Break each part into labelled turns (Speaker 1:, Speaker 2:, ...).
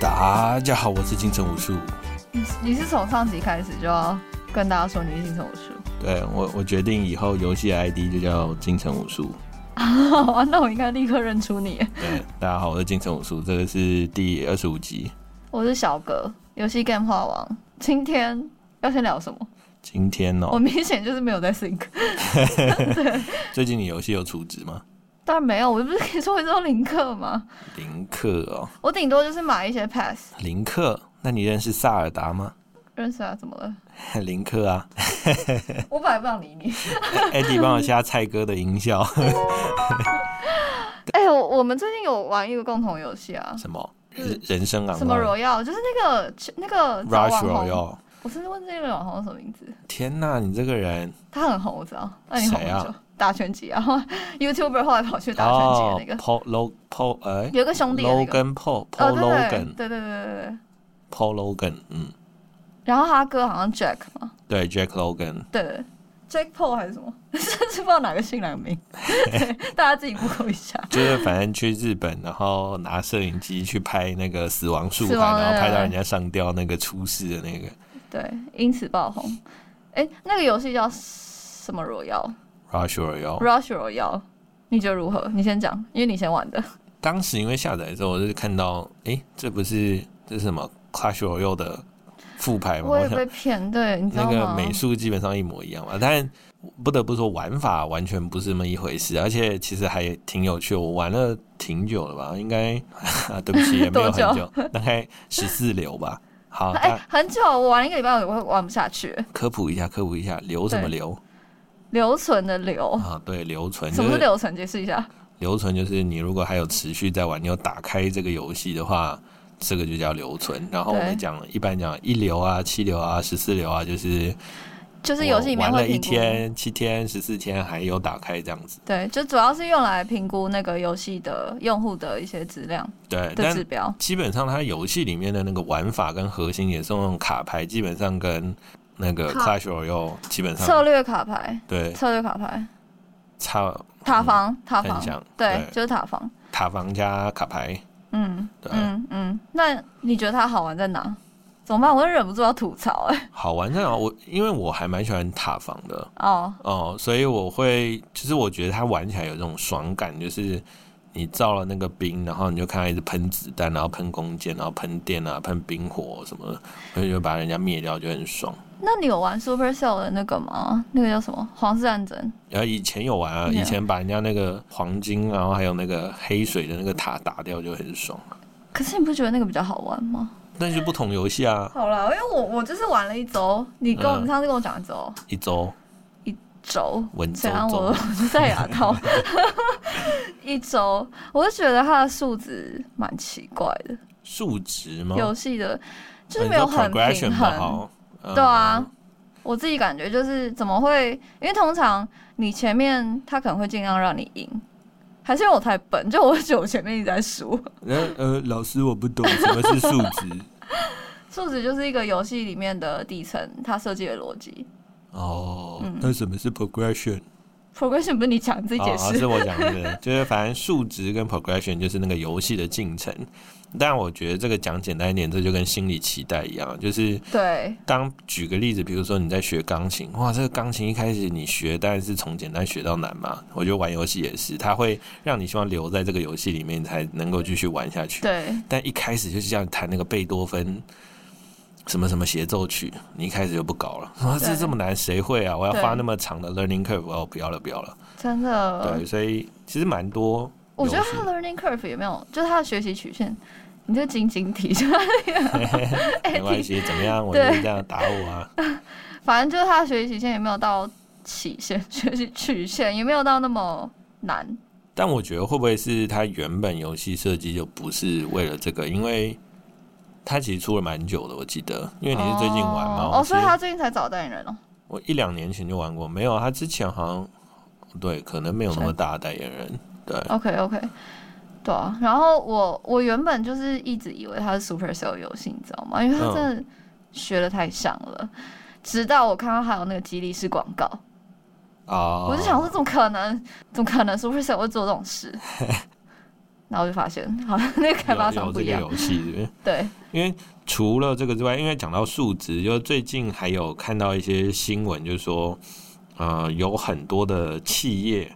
Speaker 1: 大家好，我是金城武术。
Speaker 2: 你你是从上集开始就要跟大家说你是金城武 术？
Speaker 1: 对我，我决定以后游戏的 ID 就叫金城武术。
Speaker 2: 啊，那我应该立刻认出你。
Speaker 1: 对，大家好，我是金城武术，这个是第二十五集。
Speaker 2: 我是小格，游戏 Game 化王。今天要先聊什么？
Speaker 1: 今天哦、
Speaker 2: 我明显就是没有在 think，
Speaker 1: 最近你游戏有储值吗？
Speaker 2: 但没有，我不是跟你说我是用零氪吗？
Speaker 1: 林克哦，
Speaker 2: 我顶多就是买一些 pass。
Speaker 1: 林克，那你认识萨尔达吗？
Speaker 2: 认识啊？怎 么了？
Speaker 1: 林克啊，
Speaker 2: 我本来不想理你。
Speaker 1: 艾迪帮我下蔡哥的音效。
Speaker 2: 哎、我我们最近有玩一个共同游戏 啊，
Speaker 1: 什么？人人生啊？
Speaker 2: 什么荣耀？就是那个那个找
Speaker 1: Rush
Speaker 2: 网
Speaker 1: Royal？
Speaker 2: 红，我甚至问这个网红是什么名字。
Speaker 1: 天哪，你这个人
Speaker 2: 他很红，我知道。那你红
Speaker 1: 谁
Speaker 2: 多
Speaker 1: 啊
Speaker 2: 久？打拳击啊 ，YouTuber 后来跑去打拳击
Speaker 1: 哦
Speaker 2: 的那个，
Speaker 1: ，Paul Lo Paul 哎
Speaker 2: 有一个兄弟的那个。
Speaker 1: ，Logan Paul
Speaker 2: 哦
Speaker 1: Paul
Speaker 2: 对对
Speaker 1: Logan
Speaker 2: 对对对对对。
Speaker 1: Paul Logan，嗯，
Speaker 2: 然后他哥好像 Jack 嘛，
Speaker 1: 对，Jack Logan。
Speaker 2: 对对对，Jack Paul 还是什么， 甚至不知道哪个姓哪个名， 对大家自己 Google 一下。
Speaker 1: 就是反正去日本，然后拿摄影机去拍那个死亡树
Speaker 2: 死
Speaker 1: 海，
Speaker 2: 亡
Speaker 1: 然后拍到
Speaker 2: 的
Speaker 1: 人家上吊那个出事的那个
Speaker 2: 对，因此爆红。哎，那个游戏叫什么荣耀
Speaker 1: Rush Royale。
Speaker 2: ？Rush 荣耀，你觉得如何？你先讲，因为你先玩的。
Speaker 1: 当时因为下载之后，我就是看到，诶，这不是这是什么 Clash Royale 的复牌吗？
Speaker 2: 我也
Speaker 1: 我
Speaker 2: 被
Speaker 1: 想
Speaker 2: 骗，对，你知
Speaker 1: 那
Speaker 2: 道
Speaker 1: 个
Speaker 2: 吗？
Speaker 1: 美术基本上一模一样嘛，但不得不说玩法完全不是那么一回事，而且其实还挺有趣。我玩了挺久了吧，应该、 啊、对不起也没有很
Speaker 2: 多
Speaker 1: 久， 大概十四流吧。好，
Speaker 2: 哎、
Speaker 1: 大家
Speaker 2: 很久，我玩一个礼拜，我会玩不下去。
Speaker 1: 科普一下，科普一下，流什么
Speaker 2: 对
Speaker 1: 流？
Speaker 2: 留存的留，
Speaker 1: 啊，对，留存
Speaker 2: 哦
Speaker 1: 就
Speaker 2: 什么是
Speaker 1: 是
Speaker 2: 留存？解释一下。
Speaker 1: 留存，就是你如果还有持续在玩，你有打开这个游戏的话，这个就叫留存。然后我
Speaker 2: 对
Speaker 1: 们讲一般讲一流啊、七流啊、十四流啊，就是
Speaker 2: 就是
Speaker 1: 我
Speaker 2: 游戏里面
Speaker 1: 玩
Speaker 2: 会
Speaker 1: 了一
Speaker 2: 评估，
Speaker 1: 天、七天、十四天还有打开这样子。
Speaker 2: 对，就主要是用来评估那个游戏的用户的一些质量
Speaker 1: 对，
Speaker 2: 的指
Speaker 1: 呃但
Speaker 2: 标。
Speaker 1: 基本上它游戏里面的那个玩法跟核心也是用卡牌，基本上跟那个
Speaker 2: 卡
Speaker 1: Clash Royale 基本
Speaker 2: 策
Speaker 1: 上
Speaker 2: 略卡牌，
Speaker 1: 对
Speaker 2: 策略卡牌，
Speaker 1: 差
Speaker 2: 塔防，塔
Speaker 1: 很
Speaker 2: 防
Speaker 1: 像，
Speaker 2: 对
Speaker 1: 对，
Speaker 2: 就是塔防。
Speaker 1: 塔防加卡牌。
Speaker 2: 嗯
Speaker 1: 对啊
Speaker 2: 嗯嗯，那你觉得它好玩在哪？怎么办？我又忍不住要吐槽哎、
Speaker 1: 好玩在哪？我因为我还蛮喜欢塔防的，
Speaker 2: 哦，
Speaker 1: 哦，所以我会，其实我觉得它玩起来有这种爽感，就是你造了那个兵，然后你就看它一直喷子弹，然后喷弓箭，然后喷电啊，喷冰火什么的，所以就把人家灭掉，就很爽。
Speaker 2: 那你有玩 Supercell 的那个吗？那个叫什么《皇室战争》？
Speaker 1: 然后以前有玩啊，
Speaker 2: 没有
Speaker 1: 以前把人家那个黄金，啊然后还有那个黑水的那个塔打掉就很爽，
Speaker 2: 可是你不觉得那个比较好玩吗？
Speaker 1: 那就不同游戏啊，
Speaker 2: 好啦，因为我我就是玩了一周，你跟我、
Speaker 1: 嗯
Speaker 2: 你上次跟我讲一周
Speaker 1: 一周
Speaker 2: 周，
Speaker 1: 文
Speaker 2: 怎
Speaker 1: 绉
Speaker 2: 样？我
Speaker 1: 绉，
Speaker 2: 我 就在牙套 一周，我就觉得它的数值蛮奇怪的，
Speaker 1: 数值吗？
Speaker 2: 游戏的就
Speaker 1: 啊哦
Speaker 2: 是
Speaker 1: 你
Speaker 2: 没有
Speaker 1: 说
Speaker 2: 很
Speaker 1: progression
Speaker 2: 平
Speaker 1: 不
Speaker 2: 衡。
Speaker 1: 好，嗯
Speaker 2: 对啊，我自己感觉就是怎么会？因为通常你前面他可能会尽量让你赢，还是因为我太笨，就我会觉得我前面一直在输。
Speaker 1: 呃呃，老师我不懂什么是数值
Speaker 2: 数值就是一个游戏里面的底层，它设计的逻辑。
Speaker 1: 哦
Speaker 2: 嗯，
Speaker 1: 那什么是 progression？
Speaker 2: progression 不是你讲，你自己解
Speaker 1: 哦，
Speaker 2: 释。
Speaker 1: 是我讲的，就是反正数值跟 progression 就是那个游戏的进程。但我觉得这个讲简单一点，这就跟心理期待一样，就是
Speaker 2: 对
Speaker 1: 当举个例子，比如说你在学钢琴，哇，这个钢琴一开始你学当然是从简单学到难嘛。我觉得玩游戏也是，它会让你希望留在这个游戏里面，才能够继续玩下去。
Speaker 2: 对，
Speaker 1: 但一开始就是像弹那个贝多芬什么什么协奏曲，你一开始就不搞了，说
Speaker 2: 对
Speaker 1: 这这么难，谁会啊？我要
Speaker 2: 啊对
Speaker 1: 花那么长的 learning curve，我不要了，不要了。
Speaker 2: 真的。
Speaker 1: 对，所以其实蛮多游
Speaker 2: 我
Speaker 1: 戏。
Speaker 2: 觉得他 learning curve 也没有，就是他的学习曲线，你这晶晶体，就是他
Speaker 1: 没关系，怎么样， 我就
Speaker 2: 哎对
Speaker 1: 是这样打我啊。
Speaker 2: 反正就是他的学习曲线也没有到起线，学习曲线也没有到那么难。
Speaker 1: 但我觉得会不会是它原本游戏设计就不是为了这个？因为它其实出了蛮久的，我记得，因为你是最近玩嘛。
Speaker 2: 哦，
Speaker 1: 我
Speaker 2: 哦
Speaker 1: 其实
Speaker 2: 所以他最近才找代言人哦。
Speaker 1: 我一两年前就玩过，没有，他之前好像对，可能没有那么大的代言人。对，
Speaker 2: OK OK，对啊。然后我我原本就是一直以为它是 Supercell 游戏，你知道吗？因为它
Speaker 1: 嗯
Speaker 2: 真的学的太像了。直到我看到还有那个吉利式广告，
Speaker 1: 哦，
Speaker 2: 我就想说，怎么可能？怎么可能 Supercell 会做这种事？然后我就发现，好像那个开发商
Speaker 1: 有
Speaker 2: 不
Speaker 1: 这
Speaker 2: 一
Speaker 1: 个
Speaker 2: 样。
Speaker 1: 游戏对不对
Speaker 2: 对，
Speaker 1: 因为除了这个之外，因为讲到数值，就最近还有看到一些新闻，就是说，呃，有很多的企业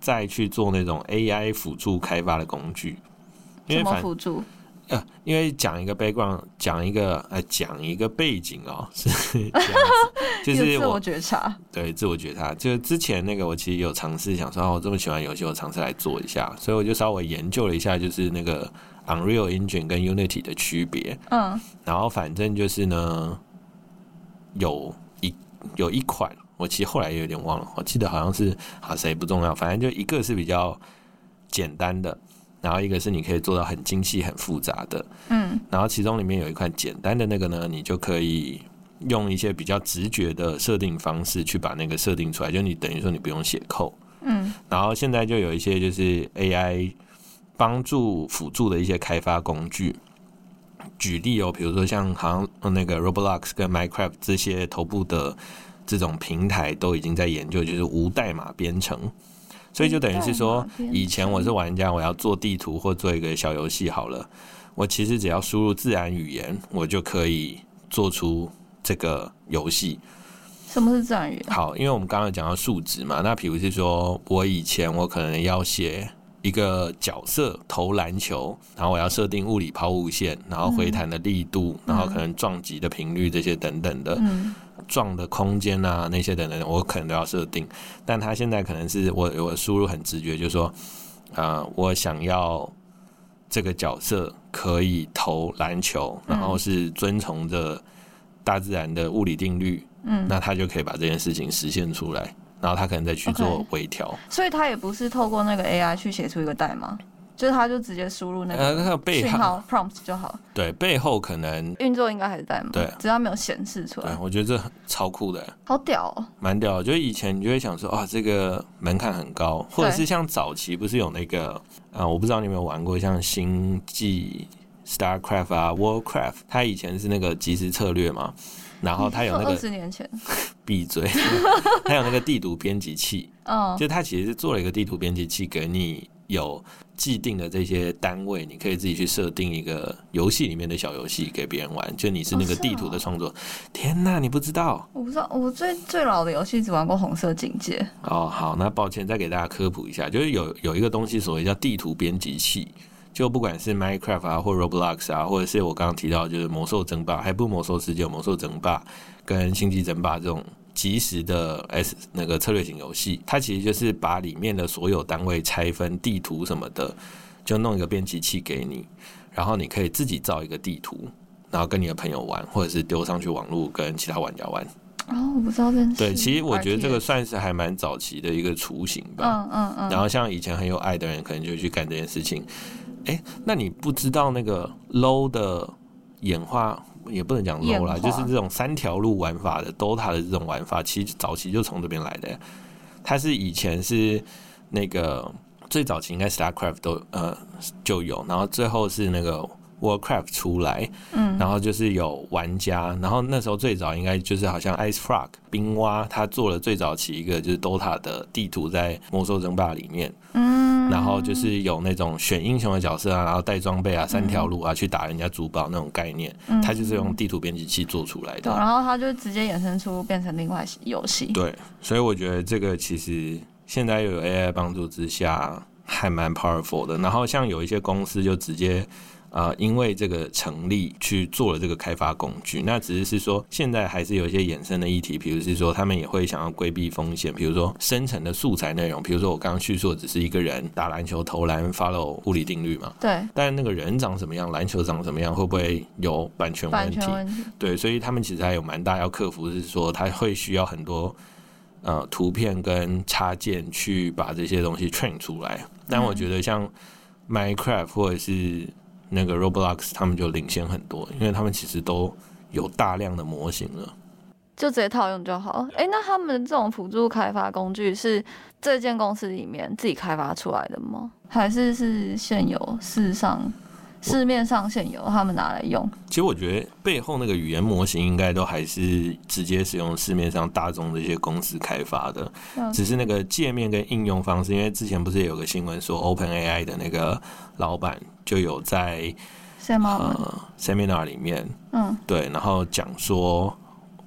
Speaker 1: 在去做那种 AI 辅助开发的工具，因
Speaker 2: 什
Speaker 1: 为
Speaker 2: 么
Speaker 1: 反
Speaker 2: 辅助？
Speaker 1: 呃，因为讲一个 background，讲一个呃，讲一个背景哦，是这 样子，就
Speaker 2: 有
Speaker 1: 是
Speaker 2: 自
Speaker 1: 我
Speaker 2: 我觉察，
Speaker 1: 对自我觉察，就是之前那个我其实有尝试想说，哦，我这么喜欢游戏，我尝试来做一下，所以我就稍微研究了一下，就是那个 Unreal Engine 跟 Unity 的区别，
Speaker 2: 嗯，
Speaker 1: 然后反正就是呢，有一有一款，我其实后来也有点忘了，我记得好像是啊谁不重要，反正就一个是比较简单的，然后一个是你可以做到很精细、很复杂的，
Speaker 2: 嗯，
Speaker 1: 然后其中里面有一款简单的那个呢，你就可以用一些比较直觉的设定方式去把那个设定出来，就你等于说你不用写扣，
Speaker 2: 嗯，
Speaker 1: 然后现在就有一些就是 AI 帮助辅助的一些开发工具。举例哦，比如说像好像呃那个 Roblox 跟 Minecraft 这些头部的这种平台都已经在研究，就是无代码编程。所以就等于是
Speaker 2: 无代
Speaker 1: 说
Speaker 2: 码编，程
Speaker 1: 以前我是玩家，我要做地图或做一个小游戏好了，我其实只要输入自然语言，我就可以做出这个游戏。
Speaker 2: 什么是自然语言？啊
Speaker 1: 好，因为我们刚刚有讲到数值嘛，那比如是说我以前我可能要写一个角色投篮球，然后我要设定物理抛物线，然后回弹的力度，然后可能撞击的频率这些等等的，
Speaker 2: 嗯，
Speaker 1: 撞的空间啊那些等等的，我可能都要设定。但他现在可能是我我输入很直觉，就是说，啊，我想要这个角色可以投篮球，然后是遵从着大自然的物理定律，
Speaker 2: 嗯，
Speaker 1: 那他就可以把这件事情实现出来，然后他可能再去做
Speaker 2: OK
Speaker 1: 微调。
Speaker 2: 所以他也不是透过那个 AI 去写出一个代码，就是他就直接输入那
Speaker 1: 呃，那
Speaker 2: 个
Speaker 1: 个背
Speaker 2: 讯
Speaker 1: 后
Speaker 2: 号 prompt 就好，
Speaker 1: 对背后可能
Speaker 2: 运作应该还是代码，
Speaker 1: 对
Speaker 2: 只要没有显示出
Speaker 1: 对
Speaker 2: 来，
Speaker 1: 我觉得这很超酷的。
Speaker 2: 好屌哦，
Speaker 1: 蛮屌的，就是以前你就会想说啊，这个门槛很高，或者是像早期不是有那个啊、呃我不知道你有没有玩过像《星际》StarCraft 啊、WarCraft，它以前是那个即时策略嘛，然后它有那
Speaker 2: 二
Speaker 1: 个
Speaker 2: 十年前，
Speaker 1: 闭 嘴， 它有那个地图编辑器，
Speaker 2: 嗯
Speaker 1: 就它其实是做了一个地图编辑器给你。有既定的这些单位，你可以自己去设定一个游戏里面的小游戏给别人玩，就你是那个
Speaker 2: 哦是
Speaker 1: 地图
Speaker 2: 哦
Speaker 1: 的创作。天哪，你不知道？
Speaker 2: 我不知道，我最最老的游戏只玩过《红色警戒》，
Speaker 1: 哦，好，那抱歉，再给大家科普一下，就是有有一个东西，所谓叫地图编辑器，就不管是 Minecraft 啊，或 Roblox 啊，或者是我刚刚提到的就是魔兽争霸，还不如魔兽世界、魔兽争霸跟星际争霸这种即时的 S 那个策略型游戏，它其实就是把里面的所有单位拆分地图什么的，就弄一个编辑器给你，然后你可以自己造一个地图。然后跟你的朋友玩，或者是丢上去网络跟其他玩家玩。
Speaker 2: 哦，我不知道这件事。
Speaker 1: 对，其实我觉得这
Speaker 2: RTS
Speaker 1: 个算是还蛮早期的一个雏形吧。
Speaker 2: 嗯嗯嗯，
Speaker 1: 然后像以前很有爱的人，可能就去干这件事情。哎、那你不知道那个 low 的演化，也不能讲 low 啦，
Speaker 2: 演化
Speaker 1: 就是这种三条路玩法的 DOTA 的这种玩法，其实早期就从这边来的。它是以前是那个最早期应该 StarCraft 都呃就有，然后最后是那个 Warcraft 出来，
Speaker 2: 嗯，
Speaker 1: 然后就是有玩家，然后那时候最早应该就是好像 Ice Frog 冰蛙，他做了最早期一个就是 DOTA 的地图在魔兽争霸里面，
Speaker 2: 嗯，
Speaker 1: 然后就是有那种选英雄的角色啊，然后带装备啊，三
Speaker 2: 嗯
Speaker 1: 条路啊去打人家主堡那种概念，他就是用地图编辑器做出来
Speaker 2: 对，
Speaker 1: 的。啊
Speaker 2: 然后它就直接衍生出变成另外游戏。
Speaker 1: 对，所以我觉得这个其实现在又有 AI 帮助之下，还蛮 powerful 的。然后像有一些公司就直接。呃，因为这个成立去做了这个开发工具，那只是是说现在还是有一些衍生的议题，比如是说他们也会想要规避风险，比如说生成的素材内容，比如说我刚刚叙述的只是一个人打篮球投篮 follow 物理定律嘛，
Speaker 2: 对，
Speaker 1: 但那个人长什么样，篮球长什么样，会不会有版权
Speaker 2: 版
Speaker 1: 问
Speaker 2: 权
Speaker 1: 题？
Speaker 2: 问题。
Speaker 1: 对，所以他们其实还有蛮大要克服，是说他会需要很多呃图片跟插件去把这些东西 train 出来。但我觉得像 Minecraft 或者是那个 Roblox，他们就领先很多，因为他们其实都有大量的模型了。
Speaker 2: 就直接套用就好。哎、那他们这种辅助开发工具是这间公司里面自己开发出来的吗？还是是现有市上市面上现有，他们拿来用。
Speaker 1: 其实我觉得背后那个语言模型应该都还是直接使用市面上大众的一些公司开发的，
Speaker 2: 嗯
Speaker 1: 只是那个界面跟应用方式，因为之前不是也有个新闻说 OpenAI 的那个老板就有在
Speaker 2: 谢妈妈，
Speaker 1: 呃 seminar 里面
Speaker 2: 嗯
Speaker 1: 对，然后讲说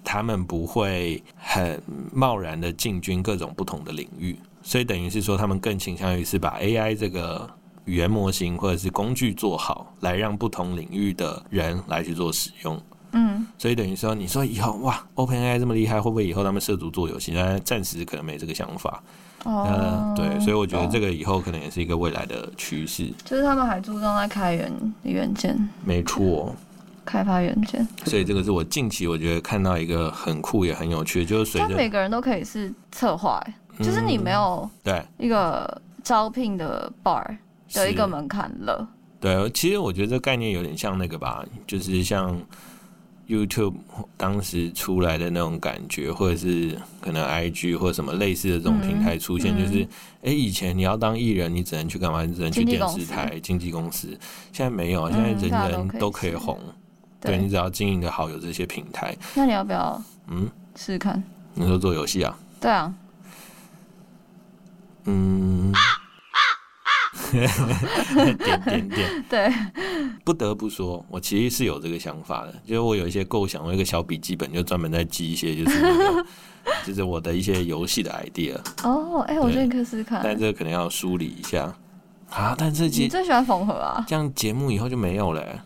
Speaker 1: 他们不会很贸然的进军各种不同的领域，所以等于是说他们更倾向于是把 AI 这个语言模型或者是工具做好，来让不同领域的人来去做使用。
Speaker 2: 嗯，
Speaker 1: 所以等于说，你说以后哇，OpenAI 这么厉害，会不会以后他们涉足做游戏？那暂时可能没这个想法。
Speaker 2: 哦
Speaker 1: 嗯，，对，所以我觉得
Speaker 2: 懂
Speaker 1: 这个以后可能也是一个未来的趋势，
Speaker 2: 就是他们还注重在开源元件、
Speaker 1: 没错。
Speaker 2: 开发元件，
Speaker 1: 所以这个是我近期我觉得看到一个很酷也很有趣的，就是随嗯
Speaker 2: 但
Speaker 1: 着
Speaker 2: 每个人都可以是策划、欸就是你没有
Speaker 1: 对
Speaker 2: 一个招聘的 bar 的
Speaker 1: 是
Speaker 2: 一个门槛了。
Speaker 1: 对，其实我觉得这概念有点像那个吧，就是像 YouTube 当时出来的那种感觉，或者是可能 IG 或者什么类似的这种平台出现，
Speaker 2: 嗯
Speaker 1: 就是哎、诶以前你要当艺人，你只能去干嘛？你只能去
Speaker 2: 经纪
Speaker 1: 电
Speaker 2: 公司
Speaker 1: 视台、经纪公司，现在没有，
Speaker 2: 嗯
Speaker 1: 现在
Speaker 2: 大
Speaker 1: 人
Speaker 2: 家都
Speaker 1: 人
Speaker 2: 可以
Speaker 1: 都可以
Speaker 2: 是
Speaker 1: 红，对
Speaker 2: 对
Speaker 1: 你，只要经营的好，有这些平台，
Speaker 2: 那你要不要
Speaker 1: 嗯，
Speaker 2: 试试看？
Speaker 1: 你说做游戏啊，
Speaker 2: 对啊，
Speaker 1: 嗯，点点点。
Speaker 2: 对，
Speaker 1: 不得不说，我其实是有这个想法的，就是我有一些构想，我有一个小笔记本，就专门在记一些，就是那个就是我的一些游 戏的 idea，
Speaker 2: 哦，哎、我觉得你可以试试看。
Speaker 1: 但这个可能要梳理一下啊。但这
Speaker 2: 你
Speaker 1: 节
Speaker 2: 最喜欢缝合啊？
Speaker 1: 这样节目以后就没有了欸、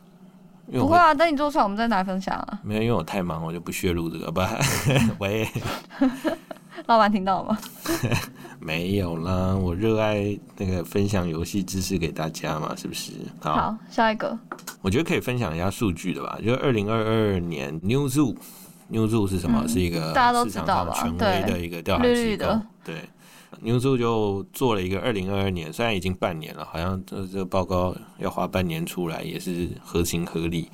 Speaker 1: 因为
Speaker 2: 不
Speaker 1: 我会
Speaker 2: 会啊，等你做出来，我们再拿来分享啊。
Speaker 1: 没有，因为我太忙，我就不泄露这个吧。 喂，
Speaker 2: 老板听到吗？
Speaker 1: 没有啦，我热爱那个分享游戏知识给大家嘛，是不是？
Speaker 2: 好，下一个。
Speaker 1: 我觉得可以分享一下数据的吧，就是二零二二年 New Zoo。New Zoo 是什么？
Speaker 2: 嗯
Speaker 1: 是一个
Speaker 2: 大家都
Speaker 1: 市
Speaker 2: 知
Speaker 1: 场
Speaker 2: 道
Speaker 1: 上
Speaker 2: 吧
Speaker 1: 权威的
Speaker 2: 对
Speaker 1: 一个调查机构。
Speaker 2: 绿绿的
Speaker 1: 对，New Zoo 就做了一个二零二二年，虽然已经半年了，好像这这报告要花半年出来，也是合情合理。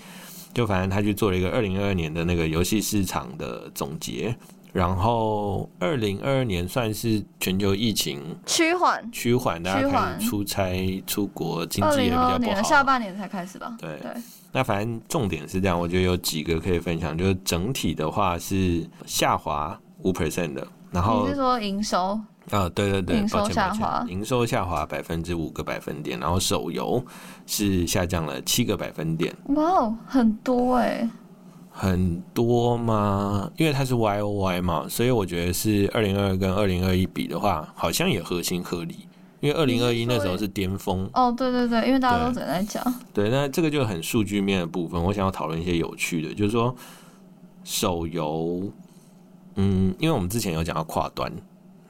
Speaker 1: 就反正他去做了一个二零二二年的那个游戏市场的总结，然后二零二二年算是全球疫情
Speaker 2: 趋缓，
Speaker 1: 趋缓，大
Speaker 2: 趋
Speaker 1: 家开
Speaker 2: 缓
Speaker 1: 始出差、出国，经
Speaker 2: 二
Speaker 1: 济也比
Speaker 2: 零
Speaker 1: 较
Speaker 2: 二二
Speaker 1: 不好
Speaker 2: 年的
Speaker 1: 嘛。
Speaker 2: 下半年才开始吧？
Speaker 1: 对
Speaker 2: 对，
Speaker 1: 那反正重点是这样，我觉得有几个可以分享，就是整体的话是下滑五 percent 的，然后
Speaker 2: 你是说营收？
Speaker 1: 啊，对对对，
Speaker 2: 营收
Speaker 1: 抱歉
Speaker 2: 下
Speaker 1: 抱
Speaker 2: 滑
Speaker 1: 歉，营收下滑百分之五个百分点，然后手游是下降了七个百分点，
Speaker 2: 哇哦，很多哎、
Speaker 1: 很多吗？因为它是 Y O Y 嘛，所以我觉得是二零二跟二零二一比的话，好像也合情合理，因为二零二一那时候是巅峰，
Speaker 2: 哦，对对对，因为大家
Speaker 1: 对
Speaker 2: 都只能在讲，
Speaker 1: 对，那这个就很数据面的部分，我想要讨论一些有趣的，就是说手游，嗯，因为我们之前有讲到跨端，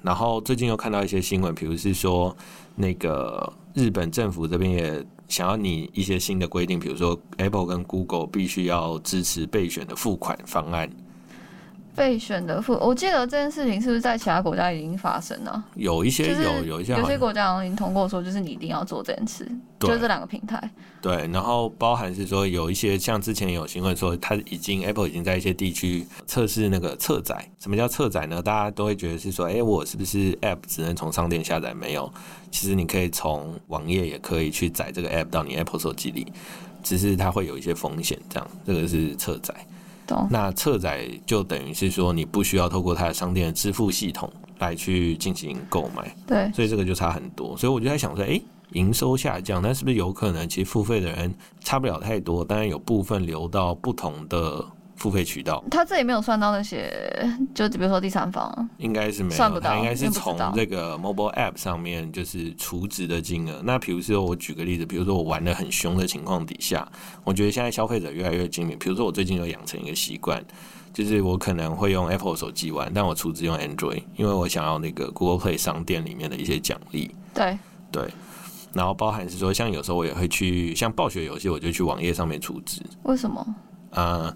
Speaker 1: 然后最近又看到一些新闻，比如是说那个日本政府这边也想要拟一些新的规定，比如说 Apple 跟 Google 必须要支持备选的付款方案，
Speaker 2: 备选的付，我记得这件事情是不是在其他国家已经发生了？
Speaker 1: 有一些
Speaker 2: 就是
Speaker 1: 有，有一些
Speaker 2: 有
Speaker 1: 好
Speaker 2: 些
Speaker 1: 像
Speaker 2: 国家好像已经通过说，就是你一定要做这件事，
Speaker 1: 对
Speaker 2: 就是这两个平台。
Speaker 1: 对，然后包含是说有一些像之前有新闻说，它已经 Apple 已经在一些地区测试那个侧载。什么叫侧载呢？大家都会觉得是说，哎，我是不是 App 只能从商店下载？没有，其实你可以从网页也可以去载这个 App 到你 Apple 手机里，只是它会有一些风险。这样，这个是侧载。
Speaker 2: 懂？
Speaker 1: 那侧载就等于是说，你不需要透过它的商店的支付系统来去进行购买。
Speaker 2: 对，
Speaker 1: 所以这个就差很多。所以我就在想说，诶，营收下降，那是不是有可能其实付费的人差不了太多？当然有部分流到不同的付费渠道，
Speaker 2: 他这里没有算到那些，就比如说第三方，
Speaker 1: 应该是没
Speaker 2: 算
Speaker 1: 有，
Speaker 2: 不到
Speaker 1: 它应该是
Speaker 2: 因为不知
Speaker 1: 从
Speaker 2: 道
Speaker 1: 这个 mobile app 上面就是除值的金额。那比如说我举个例子，比如说我玩的很凶的情况底下，我觉得现在消费者越来越精明。比如说我最近有养成一个习惯。就是我可能会用 Apple 手机玩，但我除值用 Android，因为我想要那个 Google Play 商店里面的一些奖励。
Speaker 2: 对，
Speaker 1: 对，然后包含是说，像有时候我也会去，像暴雪游戏，我就去网页上面储值。
Speaker 2: 为什么？
Speaker 1: 啊、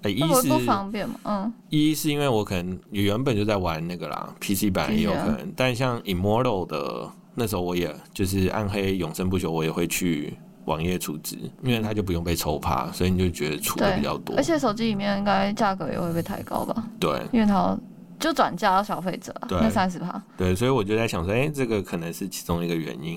Speaker 1: 呃，一
Speaker 2: 那不
Speaker 1: 是
Speaker 2: 不方便嘛？嗯，
Speaker 1: 一是因为我可能原本就在玩那个啦，PC 版也有
Speaker 2: 啊
Speaker 1: 可能，但像 Immortal 的那时候我也就是暗黑永生不朽，我也会去网页储值，因为它就不用被抽趴，所以你就觉得储的
Speaker 2: 对
Speaker 1: 比较多
Speaker 2: 而。且手机里面应该价格也会被抬高吧，
Speaker 1: 对
Speaker 2: 因为它要就转嫁到消费者啊
Speaker 1: 对
Speaker 2: 那三十趴。
Speaker 1: 对，所以我就在想说，哎、这个可能是其中一个原因。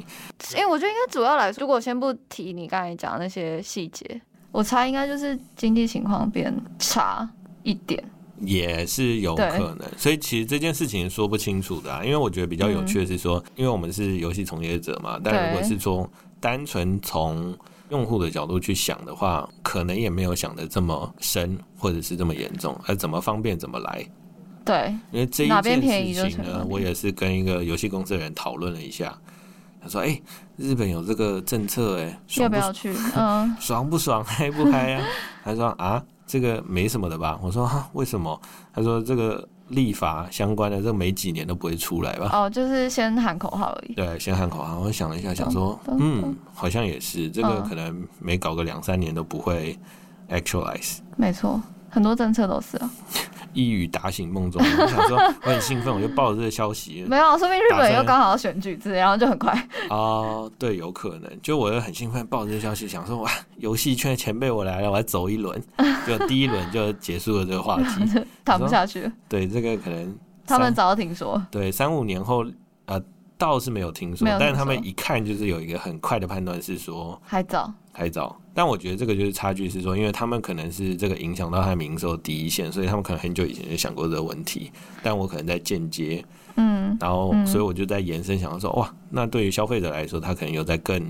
Speaker 2: 因为我觉得应该主要来说，如果先不提你刚才讲的那些细节，我猜应该就是经济情况变差一点。
Speaker 1: 也是有
Speaker 2: 对
Speaker 1: 可能，所以其实这件事情说不清楚的、啊，因为我觉得比较有趣的是说，因
Speaker 2: 嗯
Speaker 1: 为我们是游戏从业者嘛，但如果
Speaker 2: 对
Speaker 1: 是说单纯从用户的角度去想的话，可能也没有想的这么深，或者是这么严重，而怎么方便怎么来。
Speaker 2: 对，
Speaker 1: 因为这
Speaker 2: 哪
Speaker 1: 一
Speaker 2: 边便
Speaker 1: 件
Speaker 2: 宜
Speaker 1: 事
Speaker 2: 就
Speaker 1: 情
Speaker 2: 去哪
Speaker 1: 呢，
Speaker 2: 边
Speaker 1: 我也是跟一个游戏公司的人讨论了一下，他说：“哎、日本有这个政策、哎，
Speaker 2: 要
Speaker 1: 爽
Speaker 2: 不
Speaker 1: 不
Speaker 2: 要去？ 嗯，
Speaker 1: 爽不爽， 嗨不嗨 啊？他说啊，这个没什么的吧？我说啊，为什么？他说这个立法相关的，这没几年都不会出来吧？
Speaker 2: 哦，就是先喊口号而已。
Speaker 1: 对，先喊口号。我想了一下，想说，
Speaker 2: 懂懂
Speaker 1: 嗯，好像也是，这个
Speaker 2: 嗯
Speaker 1: 可能每搞个两三年都不会 actualize。
Speaker 2: 没错，很多政策都是啊，
Speaker 1: 一语打醒梦 中人，我想说，我很兴奋，我就抱着这个消息。
Speaker 2: 没有，说明日
Speaker 1: 打
Speaker 2: 本
Speaker 1: 算
Speaker 2: 又刚好要选举之类，然后 就很快。
Speaker 1: 哦，对，有可能，就我就很兴奋，抱着这个消息，想说哇，游戏圈的前辈我来了，我要走一 轮，就第一轮就结束了这个话题。
Speaker 2: 谈不下去了，
Speaker 1: 对，这个可能
Speaker 2: 他们
Speaker 1: 三
Speaker 2: 早就听说，
Speaker 1: 对，三五年后，呃，倒是没有听说，
Speaker 2: 没有
Speaker 1: 但是
Speaker 2: 听
Speaker 1: 他们
Speaker 2: 说
Speaker 1: 一看就是有一个很快的判断是说
Speaker 2: 还早。
Speaker 1: 还早。但我觉得这个就是差距是说，因为他们可能是这个影响到他的营收第一线，所以他们可能很久以前就想过这个问题，但我可能在间接，
Speaker 2: 嗯，
Speaker 1: 然后、
Speaker 2: 嗯
Speaker 1: 所以我就在延伸想要说，哇，那对于消费者来说，他可能有在更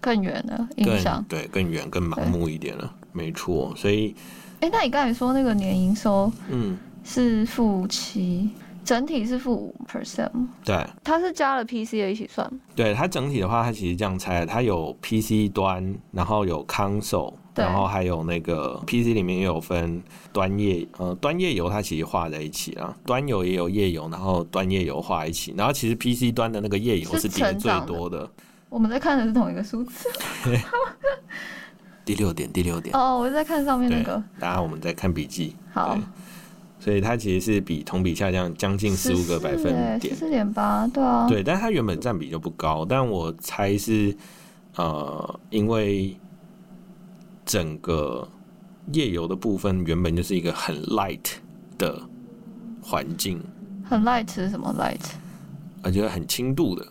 Speaker 2: 更远了影响
Speaker 1: 更。对更远、更盲
Speaker 2: 对
Speaker 1: 目一点了，没错。所以
Speaker 2: 哎、那你刚才说那个年营收
Speaker 1: 嗯，
Speaker 2: 是负七，整体是负五 percent 吗？
Speaker 1: 对。
Speaker 2: 它是加了 PC 的一起算吗？
Speaker 1: 对它整体的话，它其实这样拆，它有 PC 端，然后有 console，
Speaker 2: 对
Speaker 1: 然后还有那个 PC 里面也有分端页，呃，端页游它其实画在一起啦，端游也有页游，然后端页游画一起，然后其实 PC 端的那个页游
Speaker 2: 是
Speaker 1: 是跌
Speaker 2: 成
Speaker 1: 最
Speaker 2: 长的
Speaker 1: 多的，
Speaker 2: 我们在看的是同一个数字。
Speaker 1: 第六点，第六点，
Speaker 2: 哦，我在看上面那
Speaker 1: 对
Speaker 2: 个。，
Speaker 1: 大家我们再看笔记，
Speaker 2: 好
Speaker 1: 对，所以它其实是比同比下降将近十五个百分点
Speaker 2: 十，四点八，对啊，
Speaker 1: 对，但它原本占比就不高，但我猜是呃，因为整个夜游的部分原本就是一个很 light 的环境，
Speaker 2: 很 light 是什么 light？
Speaker 1: 而且很轻度的。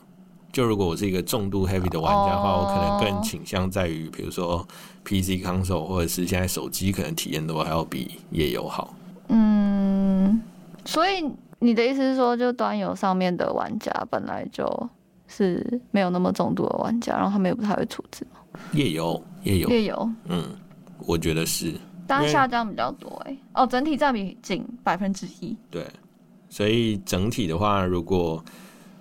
Speaker 1: 就如果我是一个重度 heavy 的玩家的话，我可能
Speaker 2: 哦
Speaker 1: 更倾向在于，比如说 PC console 或者是现在手机，可能体验都还要比夜游好。
Speaker 2: 嗯，所以你的意思是说，就端游上面的玩家本来就是没有那么重度的玩家，然后他们也不太会处置嘛
Speaker 1: 夜游，夜游，
Speaker 2: 也有，
Speaker 1: 嗯，我觉得是。
Speaker 2: 当
Speaker 1: 因
Speaker 2: 然
Speaker 1: 为
Speaker 2: 下降比较多哎、哦，整体占比仅百分之一，
Speaker 1: 对，所以整体的话，如果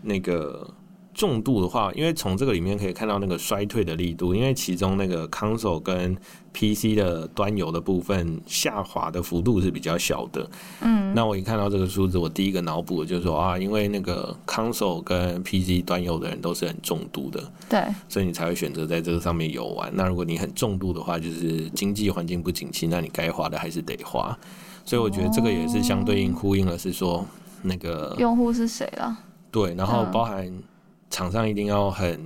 Speaker 1: 那个重度的话，因为从这个里面可以看到那个衰退的力度，因为其中那个 console 跟 PC 的端游的部分下滑的幅度是比较小的。
Speaker 2: 嗯，
Speaker 1: 那我一看到这个数字，我第一个脑补的就是说啊，因为那个 console 跟 PC 端游的人都是很重度的，
Speaker 2: 对，
Speaker 1: 所以你才会选择在这个上面游玩。那如果你很重度的话，就是经济环境不景气，那你该花的还是得花。所以我觉得这个也是相对应呼应了，是说那个
Speaker 2: 用户是谁啦？
Speaker 1: 对，然后
Speaker 2: 嗯
Speaker 1: 包含厂商一定要很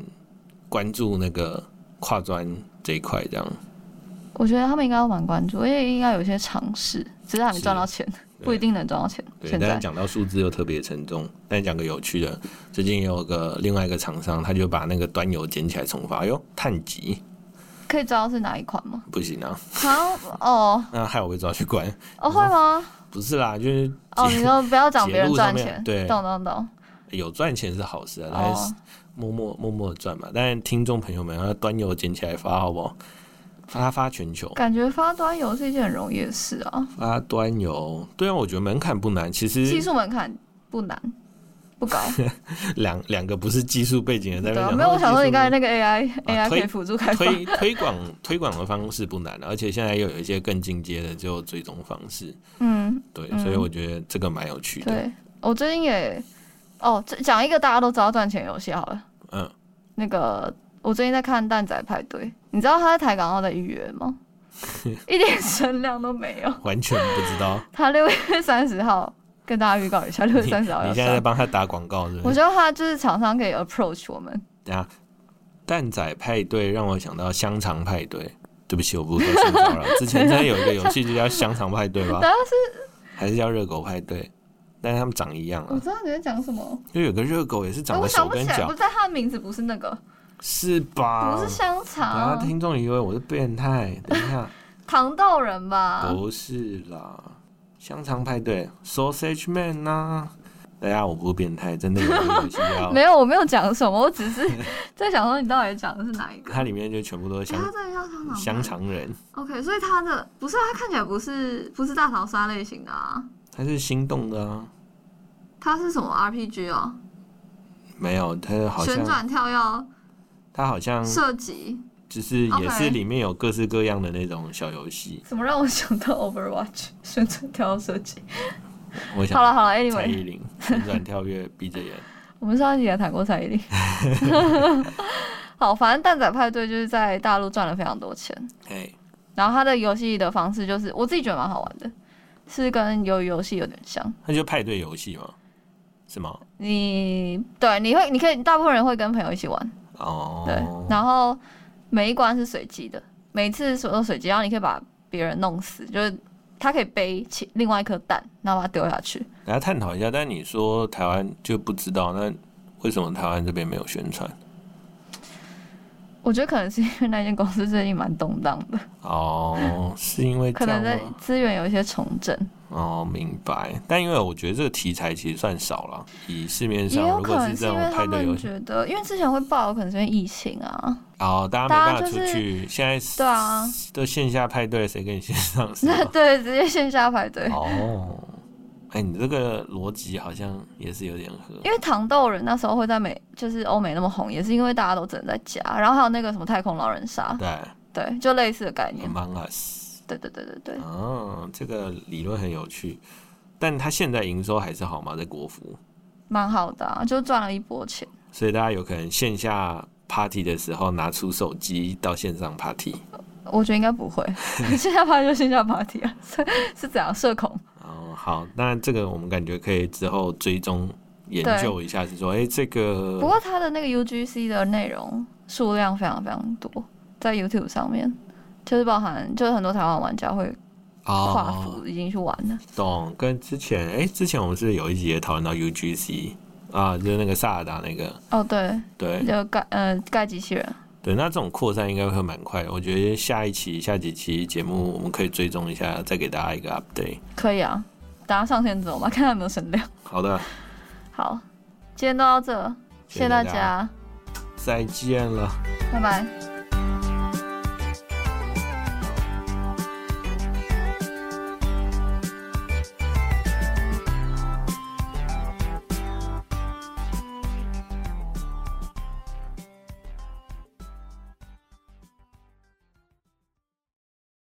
Speaker 1: 关注那个跨专这一块，这样
Speaker 2: 我觉得他们应该都蛮关注，因为应该有一些尝试，只是还没
Speaker 1: 是
Speaker 2: 赚到钱，
Speaker 1: 对
Speaker 2: 不一定能赚到钱。
Speaker 1: 对。
Speaker 2: 现
Speaker 1: 但
Speaker 2: 在
Speaker 1: 是讲到数字又特别沉重，但讲个有趣的，最近有个另外一个厂商，他就把那个端游捡起来重发，哟，碳极
Speaker 2: 可以知道是哪一款吗？
Speaker 1: 不行啊，
Speaker 2: 好，哦，
Speaker 1: 那害我被抓去关，
Speaker 2: 哦，会吗？
Speaker 1: 不是啦，就是
Speaker 2: 哦，你说不要讲
Speaker 1: 截
Speaker 2: 别人
Speaker 1: 录上
Speaker 2: 赚
Speaker 1: 面
Speaker 2: 钱，
Speaker 1: 对
Speaker 2: 懂懂懂。
Speaker 1: 有赚钱是好事啊，但是
Speaker 2: 哦，
Speaker 1: 默默默默的赚嘛。但是听众朋友们，要端游捡起来发好不好？发发全球，
Speaker 2: 感觉发端游是一件很容易的事啊，
Speaker 1: 发端游，对啊，我觉得门槛不难。其
Speaker 2: 技
Speaker 1: 实
Speaker 2: 术门槛不难，不高。
Speaker 1: 两两个不是技术背景的在
Speaker 2: 对
Speaker 1: 那
Speaker 2: 啊，
Speaker 1: 边讲，
Speaker 2: 没有，我想说你刚才
Speaker 1: 那
Speaker 2: 那个 AI AI 可
Speaker 1: 啊推
Speaker 2: 以辅助开发，
Speaker 1: 推推广推广的方式不难，而且现在又有一些更进阶的就追踪方式，
Speaker 2: 嗯，
Speaker 1: 对，
Speaker 2: 嗯
Speaker 1: 所以我觉得这个蛮有趣的。
Speaker 2: 对。我最近也，哦，这讲一个大家都知道赚钱游戏好了。
Speaker 1: 嗯，
Speaker 2: 那个我最近在看蛋仔派对，你知道他在台港澳的预约吗？ 一点声量都没有。
Speaker 1: 完全不知 道
Speaker 2: 他六月三十号跟大家预告一下，六月
Speaker 1: 你
Speaker 2: 三十号
Speaker 1: 你
Speaker 2: 要
Speaker 1: 现在在
Speaker 2: 上。
Speaker 1: 帮他打广告是不
Speaker 2: 我
Speaker 1: 是？
Speaker 2: 希望他就是厂商可以 approach 我们，
Speaker 1: 等一下啊蛋仔派对让我想到香肠派对。对不起，我不是性 骚扰。之前真的有一个游戏就叫香肠派对吧？
Speaker 2: 但是
Speaker 1: 还是叫热狗派对？但是他们长一样
Speaker 2: 我
Speaker 1: 啊。
Speaker 2: 知道你在讲什么，
Speaker 1: 就有个热狗也是
Speaker 2: 哎
Speaker 1: 长
Speaker 2: 我
Speaker 1: 了手
Speaker 2: 想不
Speaker 1: 跟
Speaker 2: 起来，不
Speaker 1: 脚
Speaker 2: 是，它的名字不是那个，
Speaker 1: 是吧？
Speaker 2: 不是香
Speaker 1: 啊，
Speaker 2: 肠，
Speaker 1: 听众以为我是变态，等一下，
Speaker 2: 糖豆人吧？
Speaker 1: 不是啦，香肠派对 sausage man 啊呐、大家我不是变态，真的有这个游戏要
Speaker 2: 没，有，我没有讲什么，我 只是在想说你到底讲的是哪一个。
Speaker 1: 它里面就全部都是
Speaker 2: 哎它
Speaker 1: 香
Speaker 2: 真的叫香肠
Speaker 1: 香
Speaker 2: 派
Speaker 1: 肠人，
Speaker 2: OK，所以它的不是啊它看起来不是不是大逃杀类型的啊，
Speaker 1: 它是心动的啊，
Speaker 2: 它是什么 RPG 哦？
Speaker 1: 没有，它好
Speaker 2: 旋
Speaker 1: 像嗯
Speaker 2: 转跳跃
Speaker 1: 它好像
Speaker 2: 射击，
Speaker 1: 就是也
Speaker 2: OK
Speaker 1: 是里面有各式各样的那种小游戏，
Speaker 2: 怎么让我想到 Overwatch 旋转跳跃射击？
Speaker 1: 我
Speaker 2: 好
Speaker 1: 想
Speaker 2: 了好了
Speaker 1: 蔡
Speaker 2: ，Anyway，
Speaker 1: 依林旋转跳跃，闭着眼，
Speaker 2: 我们上一集也谈过蔡 依林。好，反正蛋仔派对就是在大陆赚了非常多钱，
Speaker 1: 哎，
Speaker 2: 然后它的游戏的方式就是我自己觉得蛮好玩的，是跟游游戏有点像。
Speaker 1: 那就派对游戏嘛，是吗？
Speaker 2: 你对，你会，你可以，大部分人会跟朋友一起玩，对。
Speaker 1: 哦，
Speaker 2: 然后每一关是随机的，每次所都随机，然后你可以把别人弄死，就是他可以背起另外一颗蛋，然后把它丢下去。
Speaker 1: 大家探讨一下。但你说台湾就不知道，那为什么台湾这边没有宣传？
Speaker 2: 我觉得可能是因为那间公司最近蛮动 荡的，
Speaker 1: 哦，是因为这
Speaker 2: 可能
Speaker 1: 样
Speaker 2: 在
Speaker 1: 吗？
Speaker 2: 资源有一些重整，
Speaker 1: 哦，明白。但因为我觉得这个题材其实算少了，以市面
Speaker 2: 也
Speaker 1: 上
Speaker 2: 有
Speaker 1: 如
Speaker 2: 可
Speaker 1: 果
Speaker 2: 能
Speaker 1: 这
Speaker 2: 因为
Speaker 1: 种
Speaker 2: 他
Speaker 1: 派对游
Speaker 2: 们
Speaker 1: 戏，
Speaker 2: 觉得，因为之前会爆，可能是因为疫情啊，
Speaker 1: 哦，大家没
Speaker 2: 大家
Speaker 1: 办法
Speaker 2: 就
Speaker 1: 出
Speaker 2: 是
Speaker 1: 去，现在
Speaker 2: 对啊，
Speaker 1: 都线下派对，谁跟你线上是
Speaker 2: 那
Speaker 1: 吧？
Speaker 2: 对直接线下排队。
Speaker 1: 哦，哎、你这个逻辑好像也是有点合。
Speaker 2: 因为糖豆人那时候会在美，就是欧美那么红，也是因为大家都只能在家，然后还有那个什么太空狼人杀，
Speaker 1: 对嗯
Speaker 2: 对，就类似的概念。
Speaker 1: ，Among Us，
Speaker 2: 对对对对对，
Speaker 1: 哦，这个理论很有趣，但它现在营收还是好吗？在国服，
Speaker 2: 蛮好的啊，就赚了一波钱。
Speaker 1: 所以大家有可能线下 party 的时候拿出手机到线上 party。
Speaker 2: 我觉得应 该不会，线下趴就线下 party 啊，是是怎样社恐？
Speaker 1: 哦，好，那这个我们感觉可以之后追踪研究一下，是说，哎、这
Speaker 2: 不
Speaker 1: 个
Speaker 2: 过他的那个 UGC 的内容数量非常非常多，在 YouTube 上面，就是包含就是很多台湾玩家会跨
Speaker 1: 哦，
Speaker 2: 服已经去玩了。
Speaker 1: 懂，跟之前，哎、之前我们是不是有一集也讨论到 UGC 啊，就是那个萨尔达那个，
Speaker 2: 哦，对，
Speaker 1: 对
Speaker 2: 就盖呃盖机器人，
Speaker 1: 对，那这种扩散应该会蛮快的，我觉得下一期、下几期节目我们可以追踪一下，再给大家一个 update。
Speaker 2: 可以啊，等它上线之后吧，看它有没有声量。
Speaker 1: 好的，
Speaker 2: 好，今天都到这，谢
Speaker 1: 谢
Speaker 2: 大
Speaker 1: 大家
Speaker 2: 家，
Speaker 1: 再见了。
Speaker 2: 拜拜。
Speaker 1: 拜。